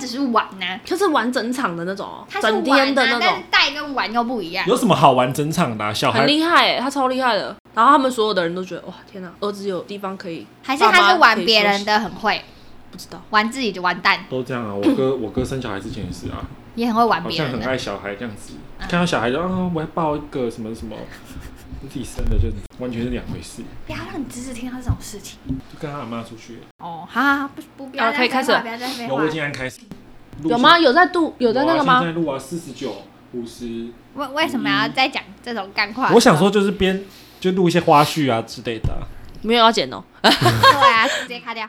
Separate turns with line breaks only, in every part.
只是玩呐、
就是玩整场的那种哦，
它是
整
玩啊
天的那
呐、但
种
是，带跟玩又不一样。
有什么好玩整场的啊、小
很
孩
厉害欸耶，他超厉害的。然后他们所有的人都觉得哇，天哪，儿子有地方可以，
还是他是玩别人
的，
的很会，
不知道。
玩自己的完蛋，
都这样啊。我 哥我哥生小孩之前也是啊，
也很会玩
好
别
像
人
很
的。
爱小孩这样子，看到小孩就啊，我要抱一个什么什么，自己生的就完全是两回事。
不要让你侄子听到这种事情。
就跟他阿妈出去，
哦，好好好，不不，不
啊
要再
可以
废
开始
话
了
不要再废
有
话
我。已经按开始，录
啊有
下
吗？有在度有在那个
现
吗？
在录啊，四十九、五十。
为为什么要再讲这种干
啊
话？
我想，说，就是编就录一些花絮啊之类的啊、
没有要剪哦。
对啊，直接卡掉。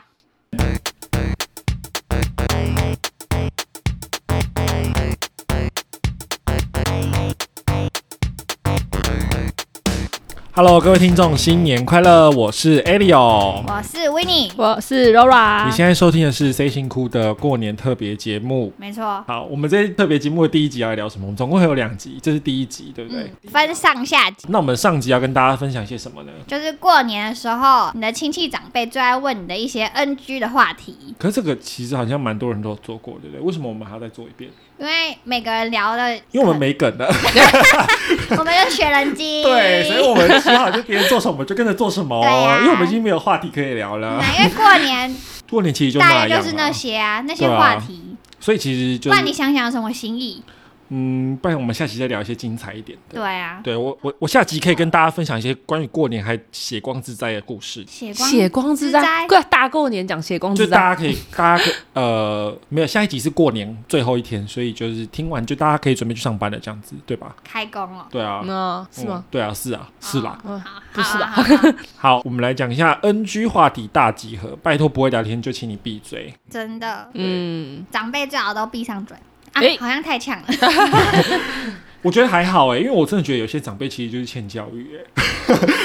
Hello，各位听众，新年快乐！我是 Elio。
我是 w i n n i
我是 Rora，
你现在收听的是 C 星哭的过年特别节目。
没错，
好，我们这特别节目的第一集要来聊什么？我们总共会有两集，这是第一集，对不对？
嗯，分上下集。
那我们上集要跟大家分享些什么呢？
就是过年的时候，你的亲戚长辈最爱问你的一些 NG 的话题，
可是这个其实好像蛮多人都做过，对不对？为什么我们还要再做一遍？
因为每个人聊的，
因为我们没梗的，
我们就学人机，
对，所以我们只好就别人做什么我们就跟着做什么，哦
对啊
因为我们已经没有话题可以聊了。
嗯因为过年
过年其实就
大
那
概
样
就是
嘛
那些啊，那些
对啊
话题。
所以其实
不
就
然你
是，
想想有什么新意？
嗯，不然我们下期再聊一些精彩一点的。
对啊，
对我我我下集可以跟大家分享一些关于过年还血光之灾的故事，
血光
血光之灾，
灾
对，大过年讲血光
就
之灾，
大家可以大家可以 呃没有下一集是过年最后一天，所以就是听完就大家可以准备去上班了这样子，对吧？
开工了，哦
对啊，
嗯啊，是
嗯
吗？？
对啊，是啊，是啦。
嗯，
好
不是吧
好好好好
好，我们来讲一下 NG 话题大集合，拜托不会聊天就请你闭嘴。
真的，
嗯，
长辈最好都闭上嘴啊
哎，
好像 太呛了。
我觉得还好哎、因为我真的觉得有些长辈其实就是欠教育哎、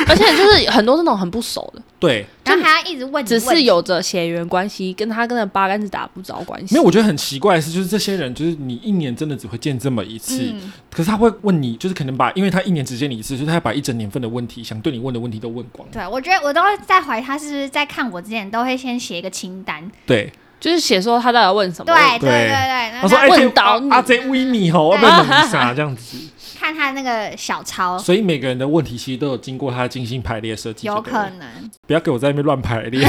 而且就是很多那种很不熟的，
对，
然后还要一直问你
只
问题，
是有着血缘关系，跟他跟那八竿子打不着关系。
没有，我觉得很奇怪的是，就是这些人就是你一年真的只会见这么一次，
嗯，
可是他会问你，就是可能把，因为他一年只见你一次，所以他要把一整年份的问题想对你问的问题都问光。
对，我觉得我都会在怀疑他是不是在看我之前都会先写一个清单，
对，
就是写说他到底要问什么
对？对
对
对对，然
他
后
说：“哎、
他
问
这
倒你
啊，这威你吼，要不要你啥这样子？
看他那个小抄，
所以每个人的问题其实都有经过他精心排列设计。
哦有
就对了
可能
不要给我在那边乱排列。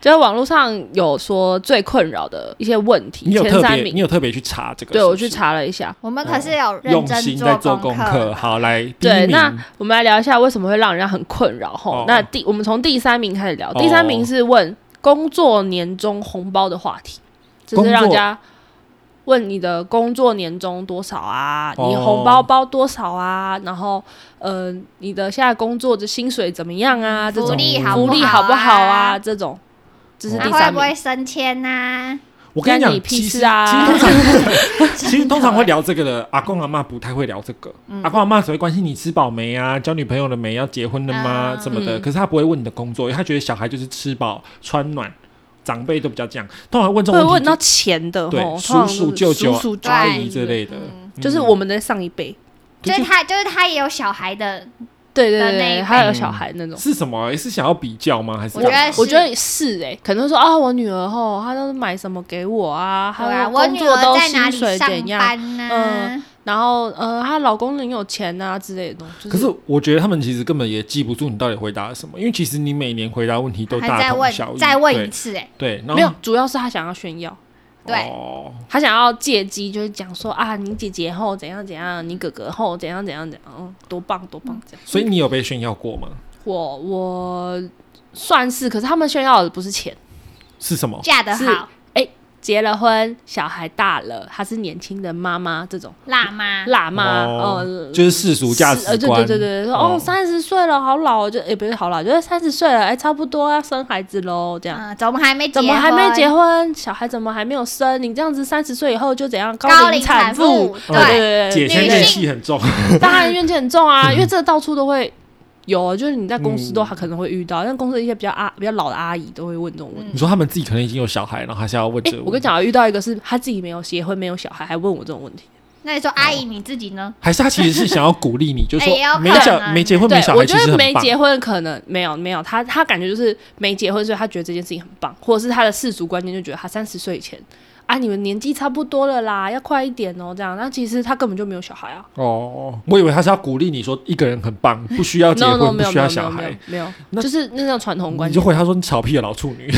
就是网络上有说最困扰的一些问题，
你有
前
特
三
别，你
名。
有特别去查这个？
对，我
是
去
不是
查了一下。
我们可是有认
哦用
真
心在做功
功
课。
课，
好，来，第一
对，那
名，
我们来聊一下为什么会让人家很困扰吼。
哦
那第我们从第三名开始聊，
哦
第三名是问工作年终红包的话题，就
工
是
作
让人家问你的工作年终多少啊，
哦
你红包包多少啊，然后呃，你的现在工作的薪水怎么样啊？这
福
种
利好
福利好
好
不好啊？？这种这是
他
第
会
三
不
名
会。升迁啊呐？
我跟
干
你讲，
你屁
其实
事啊
其实通常其实通常会聊这个的，阿公阿妈不太会聊这个。
嗯
嗯
阿公阿妈只会关心你吃饱没啊，交女朋友了没，要结婚了吗
嗯
什么的。
嗯
可是他不会问你的工作，因为他觉得小孩就是吃饱穿暖，长辈都比较这样。通常问这
会
种问
问
题
到钱的
就，对
吼，
叔
哦通常
叔、
是
舅舅啊
叔叔、舅
阿
对
姨之类的，
嗯
嗯
就是我们的上一辈，
就
对
是
就
他，就是他也有小孩的，
对对
的
对
那
对，
一辈嗯
还有小孩那种。
是什么？啊是想要比较吗？还是
我觉得
干嘛
是
我觉得是哎、可能说啊，我女儿吼，她都买什么给我啊，
对啊，
她
我
工
女
作
儿
都
在哪
薪
里
水
上
怎样，
班啊
嗯
呢？
然后呃，她老公很有钱啊之类的东西。
可
就是
我觉得他们其实根本也记不住你到底回答了什么，因为其实你每年回答问题都
还
大
再
同小
问，
异。
再问一
对
次，哎，
对，然后
没有，主要是她想要炫耀，
对
哦
她想要借机就是讲说啊，你姐姐后怎样怎样，你哥哥后怎样怎样怎样，嗯，多棒多棒这样。
所以你有被炫耀过吗？
我我算是，可是他们炫耀的不是钱，
是什么？
嫁得好，
结了婚，小孩大了，她是年轻的妈妈这种
辣妈，
辣妈，
哦
呃，
就是世俗价值
是呃，对
观。
对对对，说哦，三十岁了，好老哦，就也、不是好老，就是三十岁了，哎、差不多要生孩子喽，这样。
嗯，怎么还没
怎么还没结
婚？
婚？小孩怎么还没有生？你这样子三十岁以后就怎样
高
龄
龄
产
产
妇？
妇，
对对
对，
对
姐
对
姐
女
怨
性
气很重，
对，当然怨气很重啊，因为这到处都会有，就是你在公司都
嗯
还可能会遇到，但公司一些比较阿比较老的阿姨都会问这种问题。
你说他们自己可能已经有小孩，然后还是要问
哎、
这个问题。
我跟你讲，遇到一个是她自己没有结婚没有小孩，还问我这种问题，
那你说阿姨你自己呢？
还是他其实是想要鼓励你，就说
哎也有可
没
能
结没结婚没
对，
小
我
孩
觉
其实
得
很
没
棒。
结婚可能没有没有，他他感觉就是没结婚，所以他觉得这件事情很棒，或者是他的世俗观念就觉得他三十岁以前啊，你们年纪差不多了啦，要快一点哦、这样。那其实他根本就没有小孩啊。
哦，我以为他是要鼓励你说一个人很棒，不需哦要结
no
婚
no 没
不
有没
需要
有没
小
有没有
孩。
没有，
那
就是那种传统观
你就
念，
回他说你草屁的老处 女。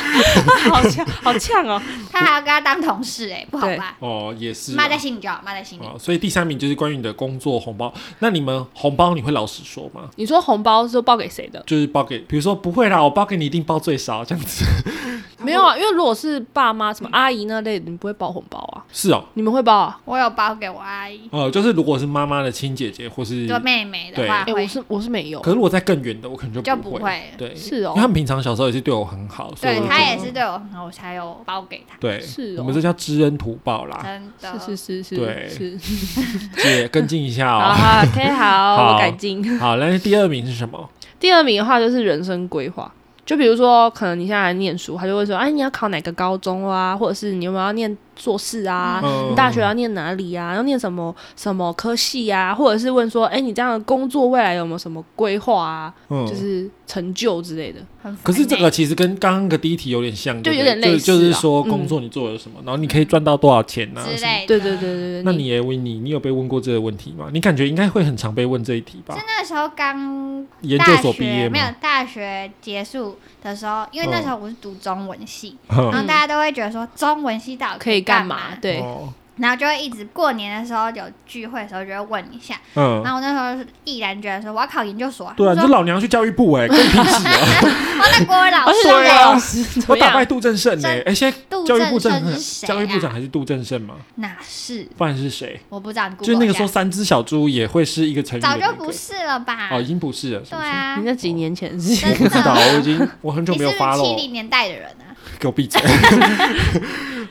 好呛好呛哦、
他还要跟他当同事哎、不好吧？
哦，也是啊。
骂在心里就好，骂在心里。
哦，所以第三名就是关于你的工作红包。那你们红包你会老实说吗？
你说红包是包给谁 的？
就是包给，比如说不会啦，我包给你一定包最少这样子。
没有啊，因为如果是爸妈什么阿姨那类的，你不会包红包啊？
是哦，
你们会包啊？
我有包给我阿姨，
呃，就是如果是妈妈的亲姐姐或是，
做妹妹的话
哎、
会
我是我是没有
可，是我在更远的，我可能就
就
不
不会。
对，
是哦
因为他们平常小时候也是对我很好，所以
对
我
他
就
也是对我很好，我才有包给他。
对，
是
我
哦
们这叫知恩图报 啦，
真的，
是哦是是
对
是是。
姐跟进一下
好
哦。
好，OK，好，
好
我改进。
好，那第二名是什么？
第二名的话就是人生规划，就比如说，可能你现在念书，他就会说，哎，你要考哪个高中啊，或者是你有没有要念硕士啊？
嗯
你大学要念哪里啊？要念什么什么科系啊？或者是问说，哎，你这样的工作未来有没有什么规划啊？
嗯
就是成就之类的。
很烦
可是这
欸
个其实跟刚刚的第一题有点像，
就
对不
有点
对
类
就就是
似啊
说工作你做了什么，然后你可以赚到多少钱呢？
嗯之
什么
类的。
对对对。对对。
那你也维尼，你有被问过这个问题吗？你感觉应该会很常被问这一题吧？
那时候刚
研究
大
所毕业
学没有
吗？嗯
大学结束的时候，因为那时候我是读中文系，
哼
然后大家都会觉得说中文系到底
可以
干
干嘛？？对，
哦
然后就会一直过年的时候有聚会的时候就会问一下。
嗯
然，后我那时候是毅然觉得说我要考研究所，
对啊，你
他
这
说
老娘去教育部 哎，跟你屁事啊！
哦那国文老
而
师
且那个
对啊
嘞
老师怎
我
么
打败
样？
杜正胜哎，哎，现在
杜
教育部
正
正
胜是谁、啊？
教育部长还是杜正胜吗？
哪是？
不然是谁？
我不知道，你 Google
就是那个
一下
时候，三只小猪也会是一个成语的
早
那
就
个
不是了吧？
哦，已经不是了，是
对
不是？
啊
你，那几年前的事情
真
不知道，
的。
我已经我很久
你
没
是不
有发
是
了，
七零年代的人啊？
给我闭嘴。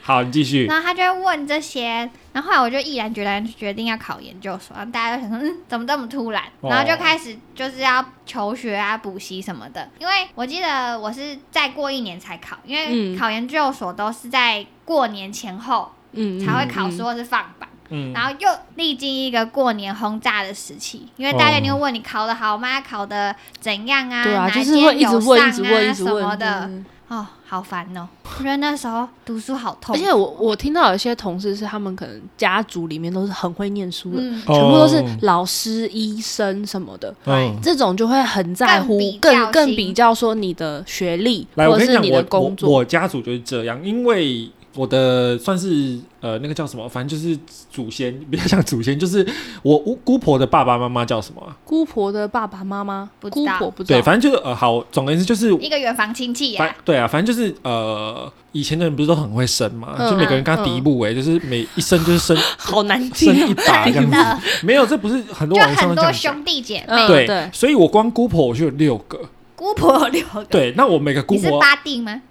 好，你继续。
然后他就会问这些，然后后来我就毅然决然决定要考研究所，然后大家就想说，嗯，怎么这么突然？
哦
然后就开始就是要求学啊、补习什么的。因为我记得我是再过一年才考，因为
嗯
考研究所都是在过年前后
嗯，嗯
才会考，
嗯
说是放榜，
嗯，
然后又历经一个过年轰炸的时期，因为大家一定会问你考的好吗？考的怎样啊？
对啊，
哪
就
间
是会一直
有
问，一直
上啊
问，一直
什么
问
的。
嗯
哦，好烦哦！我觉得那时候读书好痛
而，且我我听到有些同事是他们可能家族里面都是很会念书的，
嗯，
全部都是
哦
老师、医生什么的，
嗯。
这种就会很在乎
更比，较
更更
心
比较说你的学历
来，
或
我
者
跟你
是
讲，
你
我
的工
我
作。
我家族就是这样，因为我的算是呃那个叫什么，反正就是祖先，比较像祖先，就是我姑姑婆的爸爸妈妈叫什么啊、
姑婆的爸爸妈妈
不，知
姑
道
婆不知
对，
道，
反正就是呃好，总而言之就是。
一个远房亲戚呀、
反对啊，反正就是呃，以前的人不是都很会生嘛，
嗯
就每个人跟他敌不为，就是每一生就 是生
好 难
生
听哦。
一把这样子。没有，这不是很多
就
网络上
很
都这
多
样讲。
兄弟姐妹，
嗯，
对，
对，
所以我光姑婆我就有六个。
姑婆有六个，
对，那我每个姑
你是
婆
八弟吗？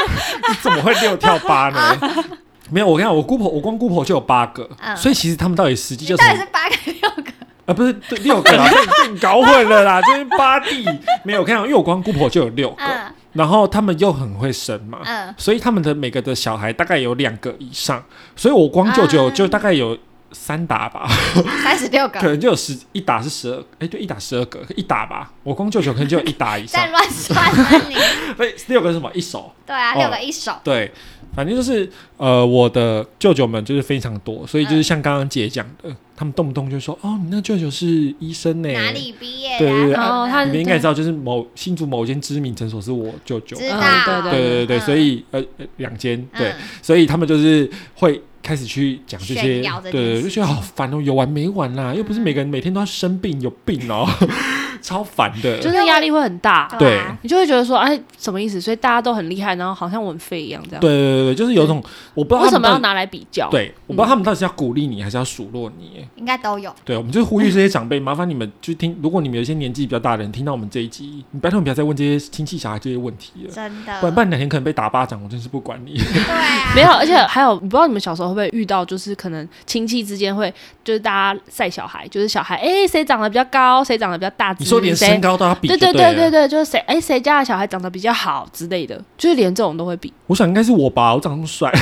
怎么会六跳八呢？ 没有，我跟你讲，我姑婆，我光姑婆就有八个，
嗯
所以其实他们到底实际
你
叫
到
什
底
么？
是八个六个？
呃，不是对六个 啦，被你搞混了啦，这是八弟。没有，我跟你讲，因为我光姑婆就有六个，
嗯
然后他们又很会生嘛，
嗯，
所以他们的每个的小孩大概有两个以上，所以我光舅舅
啊
就大概有三打吧，
嗯三十六
可
个，
能就有十一打是十二，哎，对，一打十二个，一打吧，我光舅舅可能就有一打以 上
在，乱算啊 你。
所以六个是什么？一手。
对啊，
哦
六个一手，
对，反正就是呃，我的舅舅们就是非常多，所以
嗯
就是像刚刚姐讲的，他们动不动就说哦，你那舅舅是医生呢、
哪里毕业
对对对
的啊？
哦，他
你们应该知
道，
道，就是某新竹某间知名诊所是我舅舅。
知
对
道
嗯对
对对对，
嗯
所以呃呃两间
嗯
对，所以他们就是会开始去讲这些
炫，耀这件
对对，
事嗯
就觉得好烦哦，有完没完啦、又不是每个人每天都要生病，有病哦， 超烦的。
就是压力会很大，
对啊
你就会觉得说，哎，什么意思？所以大家都很厉害，然后好像我很废一样，这样。
对对对对，就是有种
嗯
我不知道
为
他
什么
们到
要
底
拿来比较？，
对，我不知道他们到底是要鼓励你还是要数落你耶。
应该都有。
对，我们就呼吁这些长辈，麻烦你们就听，如果你们有一些年纪比较大的人听到我们这一集，你拜托你不要再问这些亲戚小孩这些问题 了，
真的
不，然不然哪天可能被打巴掌，我真是不管你。
对啊，
没有，而且还有，我不知道你们小时候会不会遇到，就是可能亲戚之间会，就是大家晒小孩，就是小孩，哎、谁长得比较高，谁长得比较大，
你说连身
高，
高都要比，
对
对
对
了
对对，就是谁，哎、谁家的小孩长得比 较好之类的，就是连这种都会比。
我想应该是我吧，我长那么帅。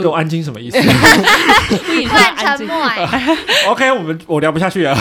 给我安静什么意思
不
突然沉默哎、
哦
？OK，我们我聊不下去了。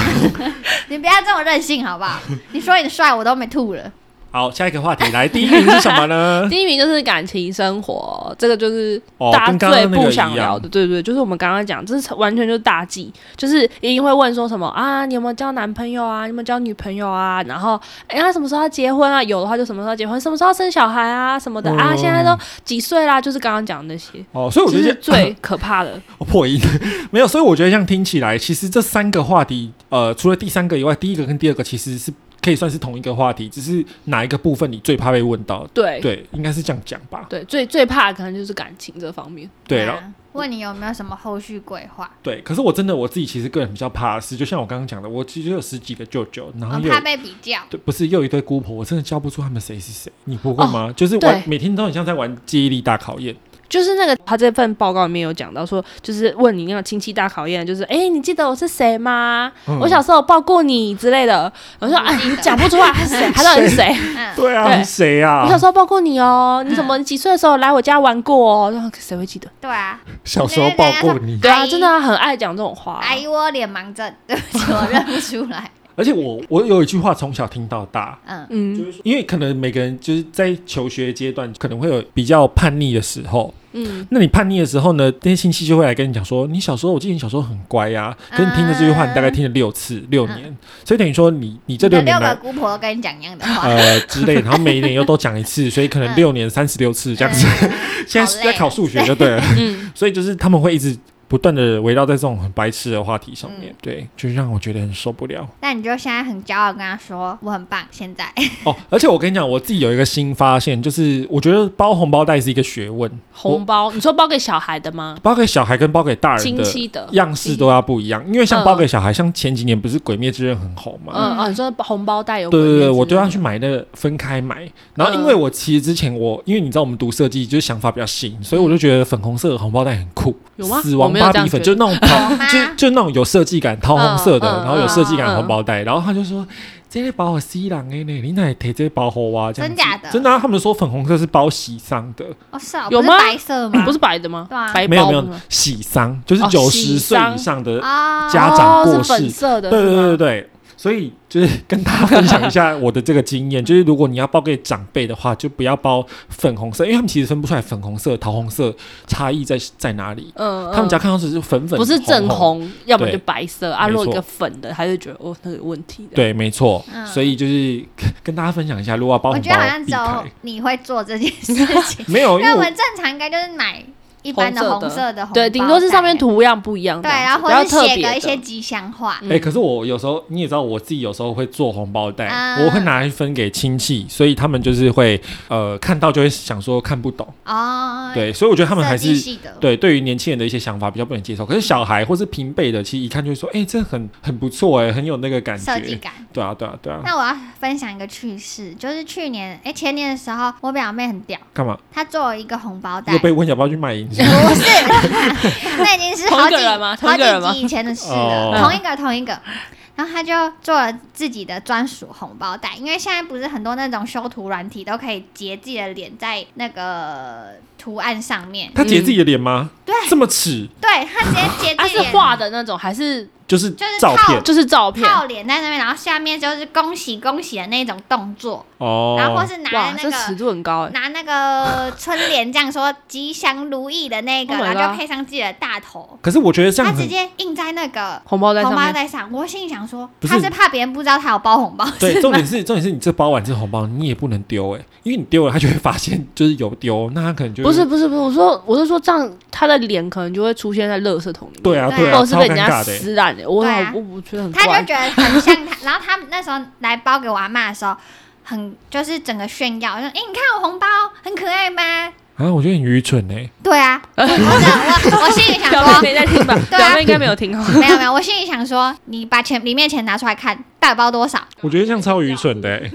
你不要这么任性好不 好？你说你帅，我都没吐了。
好，下一个话题来，第一名是什 么 呢？
第一名就是感情生活，这个就是
哦，
大
跟
家
刚刚
最
那个
不
一
想聊
样
的，。对对，就是我们刚刚讲，这是完全就是大忌，就是一定会问说什么啊，你有没有交男朋友啊，你有没有交女朋友啊，然后哎，他什么时候要结婚啊？有的话就什么时候结婚，什么时候要生小孩啊什么的、啊，
嗯
现在都几岁啦？就是刚刚讲的那些，
哦，所以我
这
觉
是
得
最可怕的。
我 破音没有，所以我觉得这样听起来，其实这三个话题，呃，除了第三个以外，第一个跟第二个其实是可以算是同一个话题，只是哪一个部分你最怕被问到？
对
对，应该是这样讲吧。
对，最最怕的可能就是感情这方面。
对，然后
啊，问你有没有什么后续规划？
对，可是我真的我自己其实个人比较怕的是，就像我刚刚讲的，我其实有十几个舅舅，然后
我
又有
怕被比较。
对，不是又有一堆姑婆，我真的教不出他们谁是谁。你不会吗？
哦
就是玩
对
每天都很像在玩记忆力大考验。
就是那个他这份报告里面有讲到说，就是问你那个亲戚大考验，就是哎、诶你记得我是谁吗？
嗯
我小时候有抱过你之类的。我说哎，
记
你
得
讲不出 来他是谁，他到底是谁？
嗯，
对啊，
对
谁啊
我？小时候抱过你哦，
嗯
你怎么你几岁的时候来我家玩过哦？然后谁会记
哎
得？
对啊，
小时候抱过你，
对
阿
啊，
姨
真的啊、很爱讲这种话啊、
哎
阿姨哎我脸盲症， 对不起，我认不出 来。
而且我我有一句话从小听到大，
嗯，
嗯
就是因为可能每个人就是在求学阶段可能会有比较叛逆的时候，
嗯，
那你叛逆的时候呢，那些亲戚就会来跟你讲说，你小时候我记得你小时候很乖呀、可是你听了这句话，
嗯
你大概听了六次啊六
嗯
年，所以等于说你你这
你的
六
六
年
个
来。
姑婆跟你讲一样的话，
呃，之类的，然后每一年又都讲 一次，所以可能
嗯
六年三十六次这样 子。 现在是在考数学就对了，
啊
嗯
所以就是他们会一直不断的围绕在这种很白痴的话题上
嗯
面，对，就让我觉得很受不了。
那你就现在很骄傲跟他说我很棒，现 在
哦，而且我跟你讲，我自己有一个新发现，就是我觉得包红包袋是一个学问，
红包，你说包给小孩的吗？
包给小孩跟包给大人
亲
的
戚的，
样式都要不一样，因为像
嗯
包给小孩，像前几年不是《鬼灭之刃》很红嘛。
嗯哦，你说红包袋有
对对
鬼面
对，
之
我就
类
要
的
去买那个分开买。然后因为我其实之前我，因为你知道我们读设计就是想法比较新，所以我就觉得粉红色的红包袋很酷。
有吗
死
我
亡
没有
芭
这样
比粉
觉
就
得
那种 桃，
吗
就就那种有设计感桃红色的，
嗯嗯
然后有设计感的
嗯
红包袋。然后他就说：“这些包我西郎哎呢，你哪提这些包给我啊？”这样
真
子
假的
真的、啊，他们说粉红色是包喜丧的，
哦是哦，
有
不是
吗
白色吗？
哎不是白的吗？
对啊
白
没有
哎包
没
的
有
吗？
喜丧，就是
哦
九
喜
十岁
丧
以上的
啊，
家长过
哦、是
世
粉色的，
对对
是吗
对对对，所以就是跟大家分享一下我的这个经验， 就是如果你要包给长辈的话，就不要包粉红色，因为他们其实分不出来粉红色、桃红色差异在在哪里。
嗯，
他们只要
嗯
看到只是粉粉，
不是正
红。
红，要么就
对
白色啊。
没
如果一
错
个粉的，他就觉得哦，那个有问题的。
对，没错，
嗯
所以就是跟跟大家分享一下，如果要包
我
红
觉得好哦
包
像
避
只有
开，，
你会做这件事情
没有，
因
因
为
为
我
我
们正常应该就是买一般的
红色
红
的
色的红包袋，啊
对，顶多是上面图样不一样这
对，
样子，
然后
比较
或
特
是写
别
个
的
一些吉祥话，
哎、可是我有时候你也知道，我自己有时候会做红包袋，
啊
我会拿来分给亲戚，所以他们就是会呃看到就会想说看不懂，
哦，，
对，所以我觉得他们还是
系的，
对，对于年轻人的一些想法比较不能接受，可是小孩或是平辈的，其实一看就会说，哎、这很很不错哎、很有那个感
设计
觉。
感。
对啊，对啊，对啊，
那我要分享一个趣事，就是去年哎、前年的时候，我表妹很屌，
干嘛？
她做了一个红包袋
又，被温小包去卖淫是 吗？
不是， 那已经是好
同一
几
个人吗同
好
一个人吗
几集以前的事了，
哦
同一个同一个。然后他就做了自己的专属红包袋，因为现在不是很多那种修图软体都可以截自己的脸在那个图案上面，
他截自己的脸吗？
嗯对
这么耻，
对他直接截
啊，
自
是
己的脸
画的那种还是
就是
就是
照片
就是照片？
套脸在那边，然后下面就是恭喜恭喜的那种动作，然后或
哦。
是拿
哇，
那
这尺
个。
度很高哎。
拿那个春联这样说吉祥如意的那个
Oh my
然
god
后就配上自己的大头，
可是我觉得这
他
样
直
很
接印在那个
红包在上
红包
面，
袋上，我心里想说，
不是
他是怕别人不知道他有包红包，
对，
是
重
吗？
点是重点是你这包完这红包你也不能丢哎、因为你丢了他就会发现就是有丢，那他可能就
不是不是不是，我说我是说这样，他的脸可能就会出现在垃圾桶里面，
对啊
对
对
啊
或
啊，
者是
超
被
尴
人家
尬的欸、
撕烂的。我
对啊
好我我觉得很
他就
怪，
觉得很像他，然后他那时候来包给我阿妈的时候，很就是整个炫耀，说：“哎、你看我红包很可爱吗
啊，我觉得很愚蠢哎、？”
对啊，我我我我心里想
表妹
说，
没在听吧？
对啊
表妹应该没有听哦。
没有没有，我心里想说，你把钱里面钱拿出来看，到底包多少？
我觉得这样超愚蠢的、
啊
欸。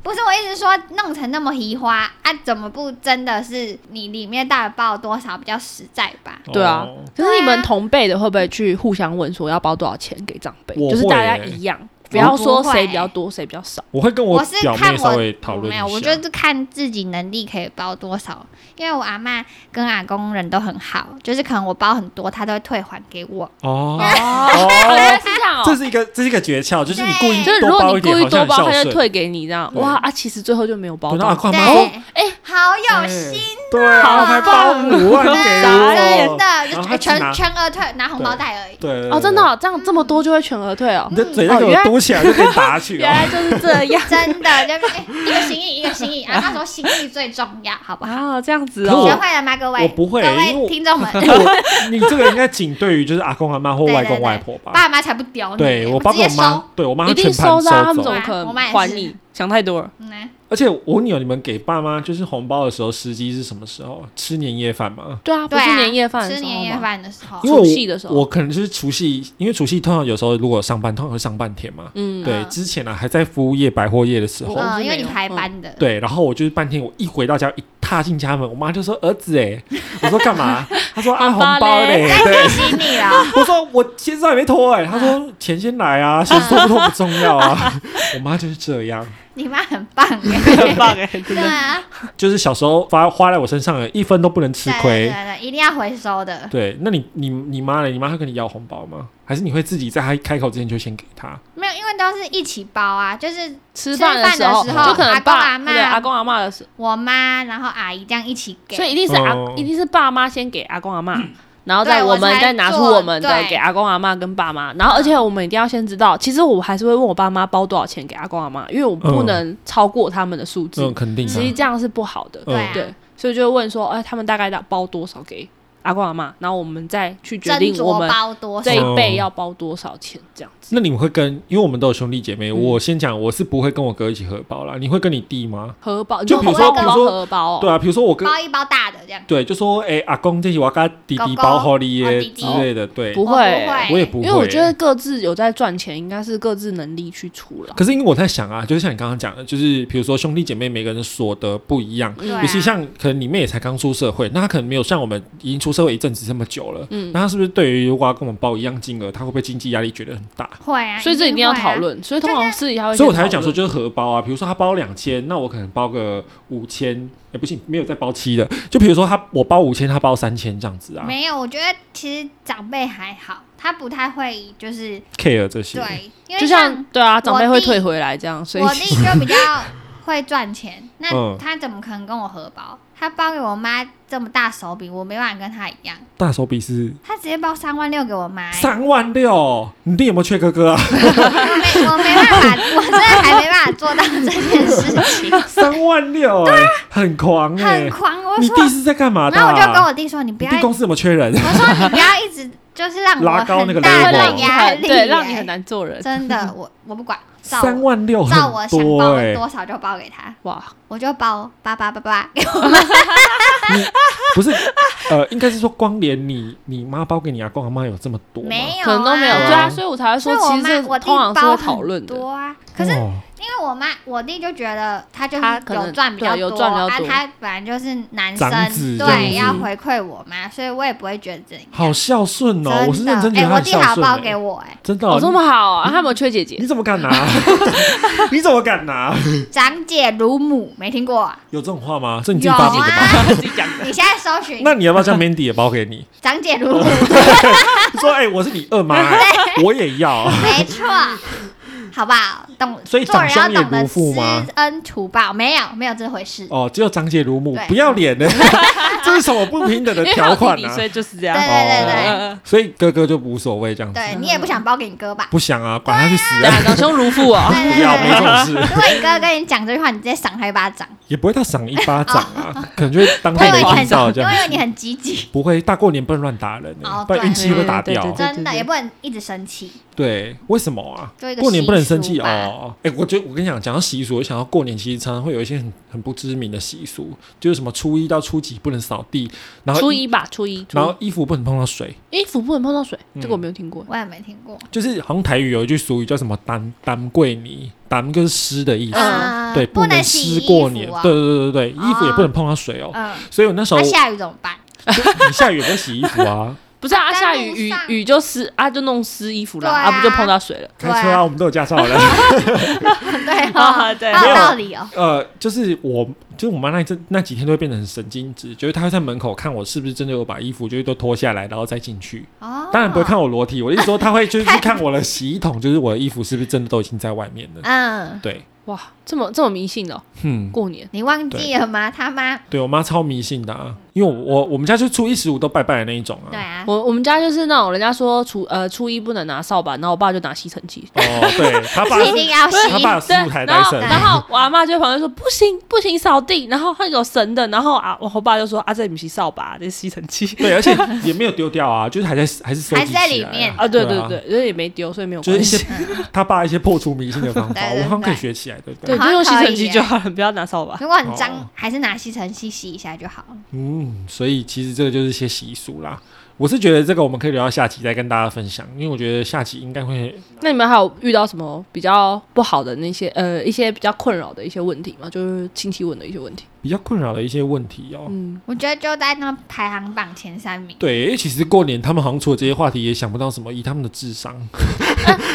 不是我一直说弄成那么移花啊，怎么不真的是你里面到底包了多少比较实在吧？
对啊
哦，
可是你
对啊
们同辈的会不会去互相问说要包多少钱给长辈？
我
就是大
会
家
欸
一样，不要说
不会
谁比较多，谁比较少。
我会跟
我是
表
看
妹
我嗯
稍微讨论一
没
下。
有，我就是看自己能力可以包多少。因为我阿妈跟阿公人都很好，就是可能我包很多，他都会退还给我。
哦，
哦，原来是这样
这。是一个这是一个诀窍，就是你故意
就是如
多
果
包
你
一
故意
点，好像
多
很
包，
孝
他就
顺。
退给你这样。
对
哇啊，其实最后就没有包
等到
到
阿。宽
对，
妈
哎、
哦，哎
好有心啊
对啊，还包五万给
真
我，
的，
然
就
后他
是
去
全
拿
全额退，拿红包袋而已。
对对
哦，真的哦，这样这么多就会全额退哦
你。的嘴要给我嘟起来就可以打 哦起
原
来。
来就是这 样
真的，就、哎一个心意一个心意啊，那时候心意最重要，好不好？
啊，这样子
可
学
哦
我。
会了吗，各位？
我不会
各
因为我
位听众们，
我你这个应该仅对于就是阿公阿妈或
对
外
对
公
对
外婆吧？
爸妈才不屌你，
对我
我
爸
直
跟
接
我妈
收。，
对我妈
一
全
定
盘
收到啊，他们怎
走
么
走
可能
我妈也是
还你？想太多了。
嗯，
而且我问你哦，你们给爸妈就是红包的时候，时机是什么时候？吃年夜饭吗？
对啊，不
对
是
啊，
年夜饭的
吃
时候吗，
年夜饭的时候
因，为我
哦除夕的时候
我可能就是除夕，因为除夕通常有时候如果上班，通常会上半天嘛。
嗯，
对，
嗯
之前呢、啊、还在服务业、百货业的时候，
我是
嗯，因为
没
你
有
排
嗯
班的，
对，然后我就是半天，我一回到家，一踏进家门，我妈就说：“儿子，哎，我说干嘛？”她说：“啊，红
红包
包
嘞。”
嘞对，
提醒你哦啦。
我说：“我先生还没脱哎。”她说：“钱先来啊，先脱不脱不重要啊。”我妈就是这样，
你妈很棒 耶，
很棒哎，真
对
的。
啊，
就是小时候花花在我身上了，一分都不能吃
对啊
亏。
对对，一定要回收的。
对，那你你你妈嘞？你妈会跟你要红包吗？还是你会自己在她开口之前就先给她？
没有，因为都是一起包啊，就是
吃饭的时候，
吃
饭的时候
就可能爸
阿公阿嬷
对阿公阿妈的时
我妈，然后阿姨这样一起
候，
给。
所以一定是阿
哦
一定是爸妈先给阿公阿妈。然后再
对
我
我
们
才
再拿出
做
我们的
对
给阿公阿妈跟爸妈，然后而且我们一定要先知道，其实我还是会问我爸妈包多少钱给阿公阿妈，因为我不
嗯
能超过他们的数字
嗯，，肯定
其实
的。
这样是不好的。
嗯
对啊
对，所以就会问说，哎，他们大概要包多少给阿公阿妈，然后我们再去决
斟
定我
酌
们
包多少
这？一
哦
辈要包多少钱这样子。
那你们会跟？因为我们都有兄弟姐妹，
嗯
我先讲，我是不会跟我哥一起合包啦。你会跟你弟吗？
荷包
就
你
比
说
如说
包
比如
包
说
荷包哦，
对啊，比如说我跟
包一包大的这样。
对，就说哎、阿公这些我要跟他弟弟
公公
包好礼
哦
耶
弟弟
之类的，对，
不
我
会，嗯
不
我也不会。
因为我觉得，各自有在赚钱，应该是各自能力去出了。
可是因为我在想啊，就是像你刚刚讲的，就是比如说兄弟姐妹每个人所得不一样，
对
尤其
啊
像可能你妹也才刚出社会，那她可能没有像我们已经出社会一阵子这么久了，
嗯
那她是不是对于如果要跟我们报一样金额，她会不会经济压力觉得很大？
会啊，
所以这一定要
会啊
讨。论，所以通常私底下会，
所以我才会讲说，，就是荷包啊，比如说她包两千，那我可能包个五千，哎，不行，没有再包七的，就比如说她我包五千，她包三千这样子啊
没有，我觉得其实长辈还好，他不太会就是
，care 这些，
对，因为
就
像
像对啊，长辈
我
会
弟
退回来这样，所以
我弟就比较会赚 钱，那
嗯
他怎么可能跟我合包？他包给我妈这么大手笔，我没办法跟他一样，
大手笔是
他直接包三万六给我 妈、欸
三万六，你弟有没有缺哥哥啊？
我没我没办法，我真的还没办法做到这件事 情，
三万六、哎，很狂哎、
啊很狂。我
你
说，
弟是在干嘛的、
然
啊？
后我就跟我弟说，你不
你
要，
弟
我
公司有没有缺人？
说你不要一直就是让我
拉高那个
很大
会
level
的
让你
压
很
力，
对，让你很。难做人。
真的，我我不管，照
三
我
万六
照我
很
想包
多哎、
多少就包给他，
哇，
我就包八八八 八。
不是，呃，应该是说光连你你妈包给你阿公阿妈有这么多吗？
没有、啊，
可能都没有，
对啊
对啊，所以我才会
所
说
以，我
其实
妈
这
我弟
通常是
包
会
很
讨论的。嗯
多啊。可是
哦
因为我妈我弟就觉得他就是
他可能
有赚比较
对有赚比较
啊，
多
他本来就是男生
长子，这样
对，
子
要回馈我妈，所以我也不会觉得怎样。
好孝顺哦、我是认真
真的，哎，
觉得他
我
很
弟
孝
还有
顺、
包
欸。
给我，哎，
真的哦、
哦，这么好啊！他有没有缺姐姐
你？怎 么敢拿？你怎么敢拿？
长姐如母，没听过啊？
有这种话吗？是你自
有
己发明的 吗？
啊，
自己讲
你现在搜寻
那你哦要不要叫 Mandy 也包给 你？
长姐如母，
你说哎、我是你二妈、欸，我也要。
没错，好不好？懂，
所以
做人
长
要
兄也
懂得
如父
知
吗
恩图报，没有，没有这回事。
哦，只有长姐如母
对，
不要 脸呢、这是什么不平等的
因为他
条
有
款
弟弟，
啊
所？以就是这样
对。对对对
呃
所以哥哥就无所谓这样子，
对，你也不想包给你哥吧？
不想啊，管他去死
对
啊！
啊，长兄如父哦
对。对啊
不
对
要没这
对。
种事，
如果你哥跟你讲这句话，你直接赏他一巴掌，
也不会到赏一巴掌
哦
啊，可能就会当
我
做
以为
没
你
听到
很，
这
因
样。
为你很积极，
不会，大过年不能乱打人、欸
哦，
不然
对
运气会打掉。
嗯对对
真的也不能一直生气。
对，为什么啊
做一？个
过年不能生气
习俗吧
哦。哎、我觉得我跟你讲，讲到习俗，我想到过年其实常常会有一些很很不知名的习俗，就是什么初一到初几不能扫地，然后
初
衣
一吧，初一，初
然后衣服不能碰到水，
一衣服不能碰到水，
嗯
这个我没有听过。
我也没听过，
就是好像台语有一句俗语叫什么“单单桂泥”，单就是湿的意思，
嗯
对，
不
能
能洗
湿
衣
过
服
年，
哦
对对对对对，衣服也不能碰到水哦。
嗯，
所以我那时候
那下雨怎么办？
你下雨也不会洗衣服啊，
不是啊，
在
下
路
雨雨
上
雨就湿啊，就弄湿衣服啦，
对啊
不就碰到水了？
开
对啊
车啊，我们都有驾照了。
对
啊
哦，
对
好
没
有
有
道理哦。
呃，就是我，就是我妈那一阵那几天都会变得很神经质，就是她会在门口看我是不是真的有把衣服就是都脱下来，然后再进去。
哦，
当然不会看我裸体，我一说她会 就是去看我的洗衣桶，就是我的衣服是不是真的都已经在外面了。
嗯，
对，
哇，这么这么迷信哦，
嗯，
过年
你忘记了吗？他妈，
对我嗯妈超迷信的啊，因为我我我们家就初一十五都拜拜的那一种
对
啊。
啊，
我我们家就是那种人家说初呃初一不能拿扫把，然后我爸就拿吸尘器。
哦， 对，他爸
一定要
他
洗。
爸有十
对
五台，
然后
Dyson，
然后我阿妈就在旁边说不行不行扫地，然后他有神的，然后啊我我爸就说啊这不是扫把，这是吸尘器
对，而且也没有丢掉啊， 就是还在还是收集
还是在
起
里
来
面 嗯
啊对对
啊
对，所以也没丢，所以没有
就
关
是一
系
些。他爸一些破除迷信的方法，
对对
我好像可以
对
学起来，对不对
对，？
好
就
像
用吸
可
尘
以啊
器
耶
就好了，不要拿扫把。
如果很脏，
哦
还是拿吸尘器吸一下就好了。
嗯，所以其实这个就是一些习俗啦。我是觉得这个我们可以留到下集再跟大家分享，因为我觉得下集应该会
那你们还有遇到什么比较不好的那些呃一些比较困扰的一些问题吗？就是亲戚问的一些问题。
比较困扰的一些问题哦、
嗯，
我觉得就在那排行榜前三名。
对，因为其实过年他们好像除了这些话题也想不到什么，以他们的智商，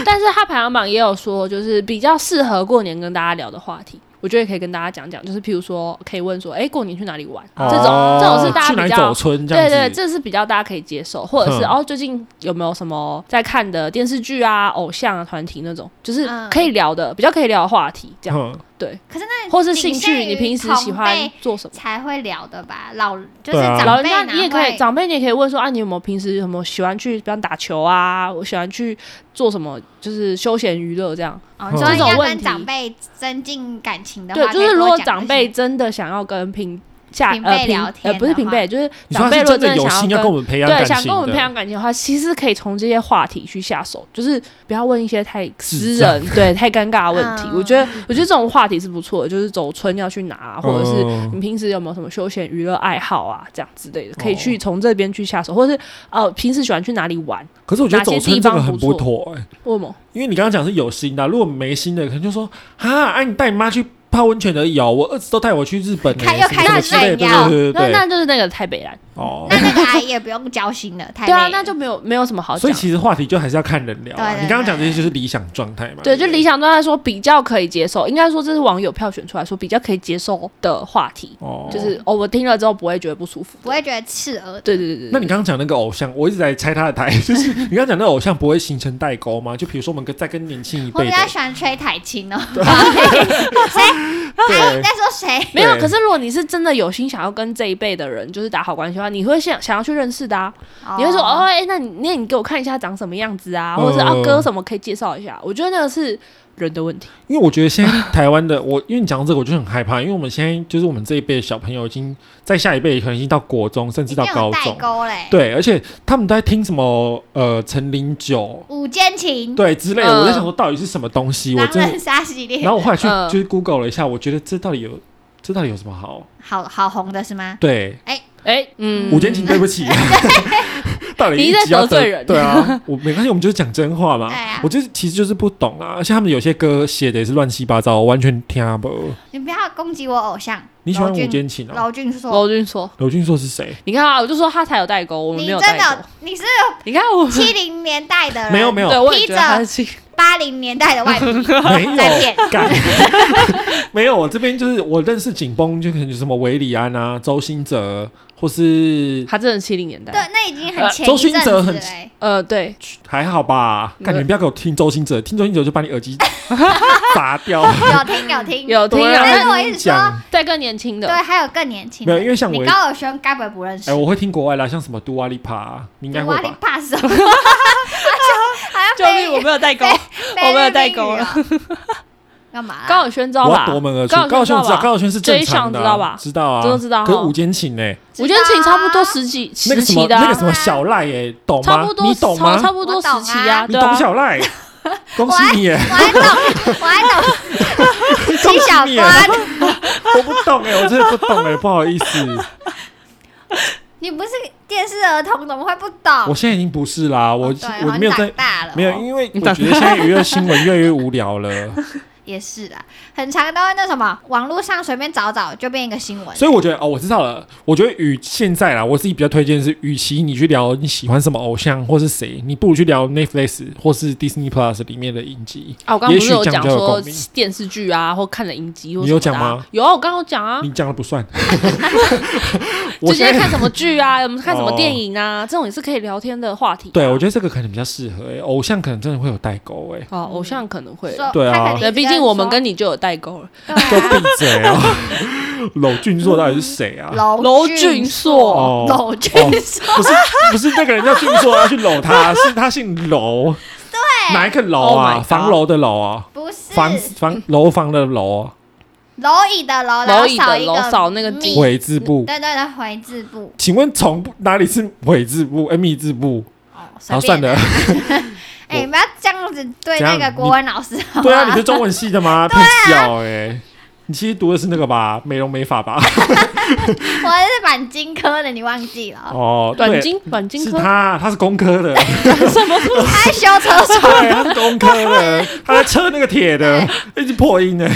但是他排行榜也有说，就是比较适合过年跟大家聊的话题。我觉得也可以跟大家讲讲，就是譬如说，可以问说，哎、过年去哪里玩？
哦
这种这种是大家
去哪
比
里
较
走村这样
对
子。
对，这是比较大家可以接受，或者是、
嗯
哦，最近有没有什么在看的电视剧啊、偶像啊、团体那种，就是
嗯
可以聊的、比较可以聊的话题，这样、
嗯，
对，
可是那
或是
仅
兴
限
趣，你
于
平时
同
喜欢
辈
做什么？
才会聊的吧？老就是
对啊
长
老人
辈
家
哪
你也可以，
会
长辈你也可以问说啊，你有没有平时什么喜欢去，比方打球啊，我喜欢去做什么，就是休闲娱乐这样。
哦，
嗯
所
这
以
种
要
问
跟
题
长辈增进感情的
对
话，，
就
可以
是如
多
果
讲
长
这
辈
些
真的想要跟平下
平
呃
辈
平
聊
呃
天
不是
的
平
话
辈，就是
你说
长
他
辈
是
如果
真的有
想
心
要跟
要跟我们培养
对
感
想
情
跟我们培
的，
养感情的话，其实可以从这些话题去下手，就是不要问一些太私
智障
人、对太尴尬的问题。
嗯
我觉得我觉得这种话题是不错的，就是走村要去哪啊，或者是
嗯
你平时有没有什么休闲娱乐爱好啊，这样之类的，可以
哦
去从这边去下手，或者是呃平时喜欢去哪里玩，
可是我觉
哪
得
些
走
地
村这个
方
很
不
不
错
妥、欸，
为什么？
因为你刚刚讲是有心的啊、如果没心的，可能就说啊，哎、你带你妈去泡温泉而已哦，我儿子都带我去日本、欸，
看又
什么
开
什么
始
之类的，
炫耀
对
那
对对对，
那就是那个太北然，
哦
那那个阿姨也不用交心了，太
对啊，
累
那
了
就没有没有什么好
所
讲
以。其实话题就还是要看人聊、啊。
对对
你刚刚讲
对
这些就是理想状态嘛？
对，就
不
理想状态说比较可以接受，应该说这是网友票选出来说比较可以接受的话题，
哦，
就是哦，我听了之后不会觉得不舒服。
不会觉得刺耳。
对对对对
那你刚刚讲那个偶像，我一直在拆他的台， 就是你刚刚讲那个偶像不会形成代沟吗？就比如说我们跟再跟年轻一
我
辈
比
的
较，喜欢吹台琴哦。 谁？阿姨
对
在说啊谁？
没有，
对
可是如果你是真的有心想要跟这一辈的人就是打好关系的话，你会想想要去认识的啊，你会说哦，哎、那你那你给我看一下长什么样子啊，或者是啊
嗯
歌什么可以介绍一下？我觉得那个是人的问题，
因为我觉得现在台湾的我，因为你讲到这个我就很害怕，因为我们现在就是我们这一辈的小朋友已经在下一辈可能已经到国中，甚
一
至
定
到
有
高
代
中，
沟嘞。
对，而且他们都在听什么呃陈零九
五间情，
对之类的，
嗯
我在想说到底是什么东西，我
狼
真的
人，杀系列
然，后我后来去
嗯
就是 Google 了一下，我觉得这到底有这到底有什么好？
好好红的是吗？
对，
哎、嗯，
吴建琴，对 不起，到底一集要
你在得罪人哎
对啊，我没关系，我们就是讲真话嘛
对啊。
我就是其实就是不懂啊，而且他们有些歌写的也是乱七八糟，我完全听不。
你不要攻击我偶像。
你喜欢
娄
吴
俊
建琴啊？
娄俊硕，
罗俊说，
娄俊硕 是谁？
你看啊，我就说他才有代沟，我们
你
没有
真
代沟
的。你是
你看我，
七零年代的人，
没有没有
对，我也觉得他
披
是亲
八零年代的外皮
没有
在变。
干， 没有。我这边就是我认识紧绷，就可能有什么韦礼安啊、周兴哲，或是
他真的七零年代。
对，那已经很前
呃周
一
星
阵
哲
子欸
很
嘞。
呃，对，
还好吧？感觉不要给我听周兴哲，听周兴哲就把你耳机砸掉。
有听有听，
有听
对
啊，
啊
但
但
是我一直哎说
讲，
对更年轻的
对，，还有更年轻的。
没有因为像我
你高尔宣该不会不认识
哎，？我会听国外啦，像什么杜瓦利帕，你应该会
哇，你
吧？
怕什么？ 还 要
救
菲
命！我没有代沟，
菲
我没有代
律宾
沟
语
了
哦。干嘛啦？啊
高尔宣知道
我
吧？
要夺门而出。
高
高
晓
晓
轩
轩
知
知
道
道，
吧
高晓轩是正常的、
这一项知道吧
知道啊，
这都知道哈
可是吴坚琴呢？
我觉得自己差不多十几时
那个什么
期的
那
啊
个，什么小赖耶，懂吗？
差不多
你懂
差
吗？
差不多时期啊，
我
你
对
懂
啊。
小赖，恭喜你耶！
我还懂，我还懂
恭
七小
喜你耶！
关。
我不懂哎，我真的不 懂哎，不好意思，
你不是电视儿童，怎么会不
我
懂？
现在已经不是啦，我
哦对
我
好
没有
你
在
长大了哦，
没有，因为
你
我
长
觉得现在娱乐新闻越来越无聊了。
也是啦，很常都会那什么，网络上随便找找就变一个新闻。
所以我觉得哦，我知道了。我觉得与现在啦，我自己比较推荐的是，与其你去聊你喜欢什么偶像或是谁，你不如去聊 Netflix 或是 Disney Plus 里面的影集。
啊，我刚刚
也
不
许
是有
这
讲
样比较有
说
共鸣
电视剧啊，或看的影集或
你
什
有
么的
讲
啊
吗？
有啊，我刚刚有讲啊，
你讲的 不算。我
最近
现
在
在
看什么剧啊， 我们看什么
哦
电影啊，这种也是可以聊天的话题啊。
对我觉得这个可能比较适合、欸，偶像可能真的会有代沟哎、欸。
哦，偶像可能会，
说
对啊
他肯定
对，
一直
毕
在
竟我们
说
跟你就有代沟了。
都
对啊
闭嘴啊！娄俊硕到底是谁啊？
娄
娄
俊
俊
硕，
硕
哦
娄俊
哦
硕，
不是不是那个人叫俊硕，要去搂他，是他姓娄。对，哪一个楼
Oh my
啊？
god
房楼的楼啊？
不
房
是
房楼房的楼啊，
蝼蚁的蝼，然
蝼
后
蚁的
一
蝼少那个
米
地
回字
嗯
部。
对对对，回字部
请问从哪里是尾字部？哎，密字部？
哦，随
好，算
便。
了。
哎，你不要这样子对
怎
那
样
个国文老师好
对啊，你
吗？
是中文系 的吗？
啊
骗笑哎！你其实读的是那个吧，美容美 发吧？
我是满金科的，你忘记了？
哦，
软
对，
金软金
是
科
他， 他是工 科的，
他修车手，
对，他是工科 的，他在车那个铁的，一直破音呢。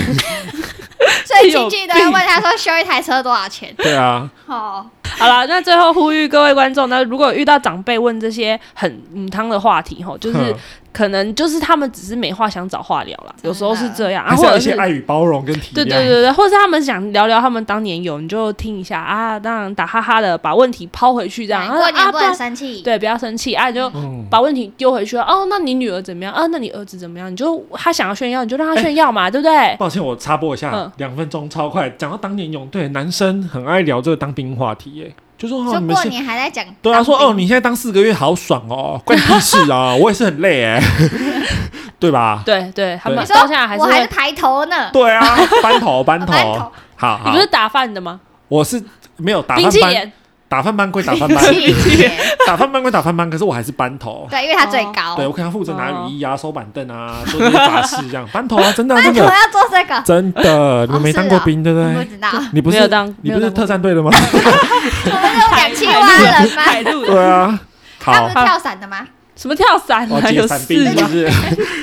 所以进去都会问他说修一台车多少钱？
对啊，
哦，
好了，那最后呼吁各位观众，那如果遇到长辈问这些很母汤的话题，吼，就是
哼
可能就是他们只是没话想找话聊啦，
的
有时候是这样，啊，
还是
或
要有
者
一些
是。
爱与包容跟体谅。
对对对对，或者是他们想聊聊他们当年有，你就听一下啊，当然打哈哈的把问题抛回去这样，
对
啊
过
啊
年
不
不
然
能生气。
对不要生气啊，你就
嗯，
把问题丢回去了哦，那你女儿怎么样啊？那你儿子怎么样？你就他想要炫耀，你就让他炫耀嘛，对不对？
抱歉，我插播一下
嗯，
两分钟超快。讲到当年勇，对男生很爱聊这个当兵话题，耶，就说哦，
就
你们
过
现
年还在讲当兵，
对啊，说哦，你现在当四个月好爽 哦，关你屁事啊！我也是很累哎， 对啊吧？
对对，他们
你
到现在还
说
是
我
会
还是，排头呢，
对啊， 班头班头
班头，
好
哦你
好
不，是打饭的吗？
我是没有打
冰
饭
淇
班，
淋，
打饭班归打饭班，
气耶
打饭班归打饭班，可是我还是班头。
对，因为他最高，
对，我可能要负责拿雨衣啊、
哦
收板凳啊、做这些杂事这样。班头 啊，真的啊
班
真
头
的
要做这个，
真的，你们
哦
没当过兵对不
我不
对？
知道，
你不
啊没有
是
当，
你
没有
不是
当
特战队 的吗？
我们是两青蛙人吗？
海陆
对啊，
他不
好
是，跳伞的吗？
什么跳伞
哦，
啊？
解
有
散兵
事
是不
吗？
是？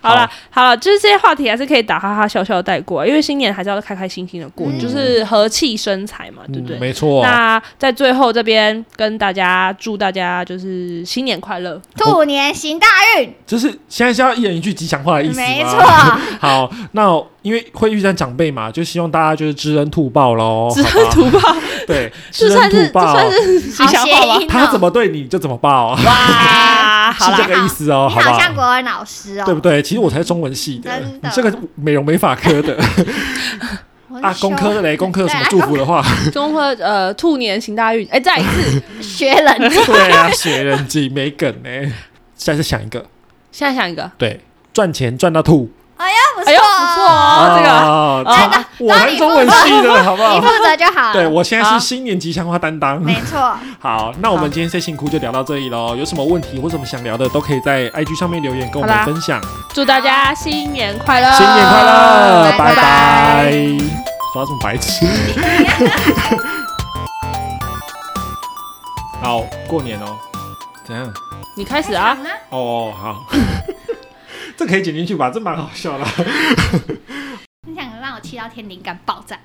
好了好了，就是这些话题还是可以打哈哈笑笑带过，因为新年还是要开开心心的过，
嗯
就是和气生财嘛，对不对
嗯？没错。
那在最后这边跟大家祝大家就是新年快乐，
兔年行大运，
就是现在是要一人一句吉祥话的意思吗
没错。
好，那因为会遇见长辈嘛，就希望大家就是知恩图报喽。
知
好吧
恩图报，
对，
这
知
算
恩
是
图
这
报。
算是吉
好
祥
谐
话吗？
音哦
他怎么对你就怎么报，
哇，好
是
啦
这，个意思哦，
你
不
好像
好？
国文老师哦，
对不对？其实我才是中文系的，
真的
你这个美容美发科的
我是啊
啊，工科的嘞，工科有什么祝福的话？
中和呃兔年行大运，哎，再一次，
学 人
对啊，学人机没梗呢。下次想一个，
现在想一个，
对，赚钱赚到吐
不
哎
错
呦不错
哦，
哦，这个
啊
哦
操我还是中文系的好不
你
好？
负责就好了。
对，我现在
好
是新年吉祥话担当。
没错，
好，那我们今天最辛苦就聊到这里喽。有什么问题或什么想聊的，都可以在 IG 上面留言跟我
好啦呃
们分享。
祝大家新年快乐，
新年快乐，
拜
拜
拜
拜！耍什么白痴？好，过年哦，怎样？
你 开始啊，
哦，好， 这可以剪进去吧？这蛮好笑的。
你想让我气到天灵感爆炸？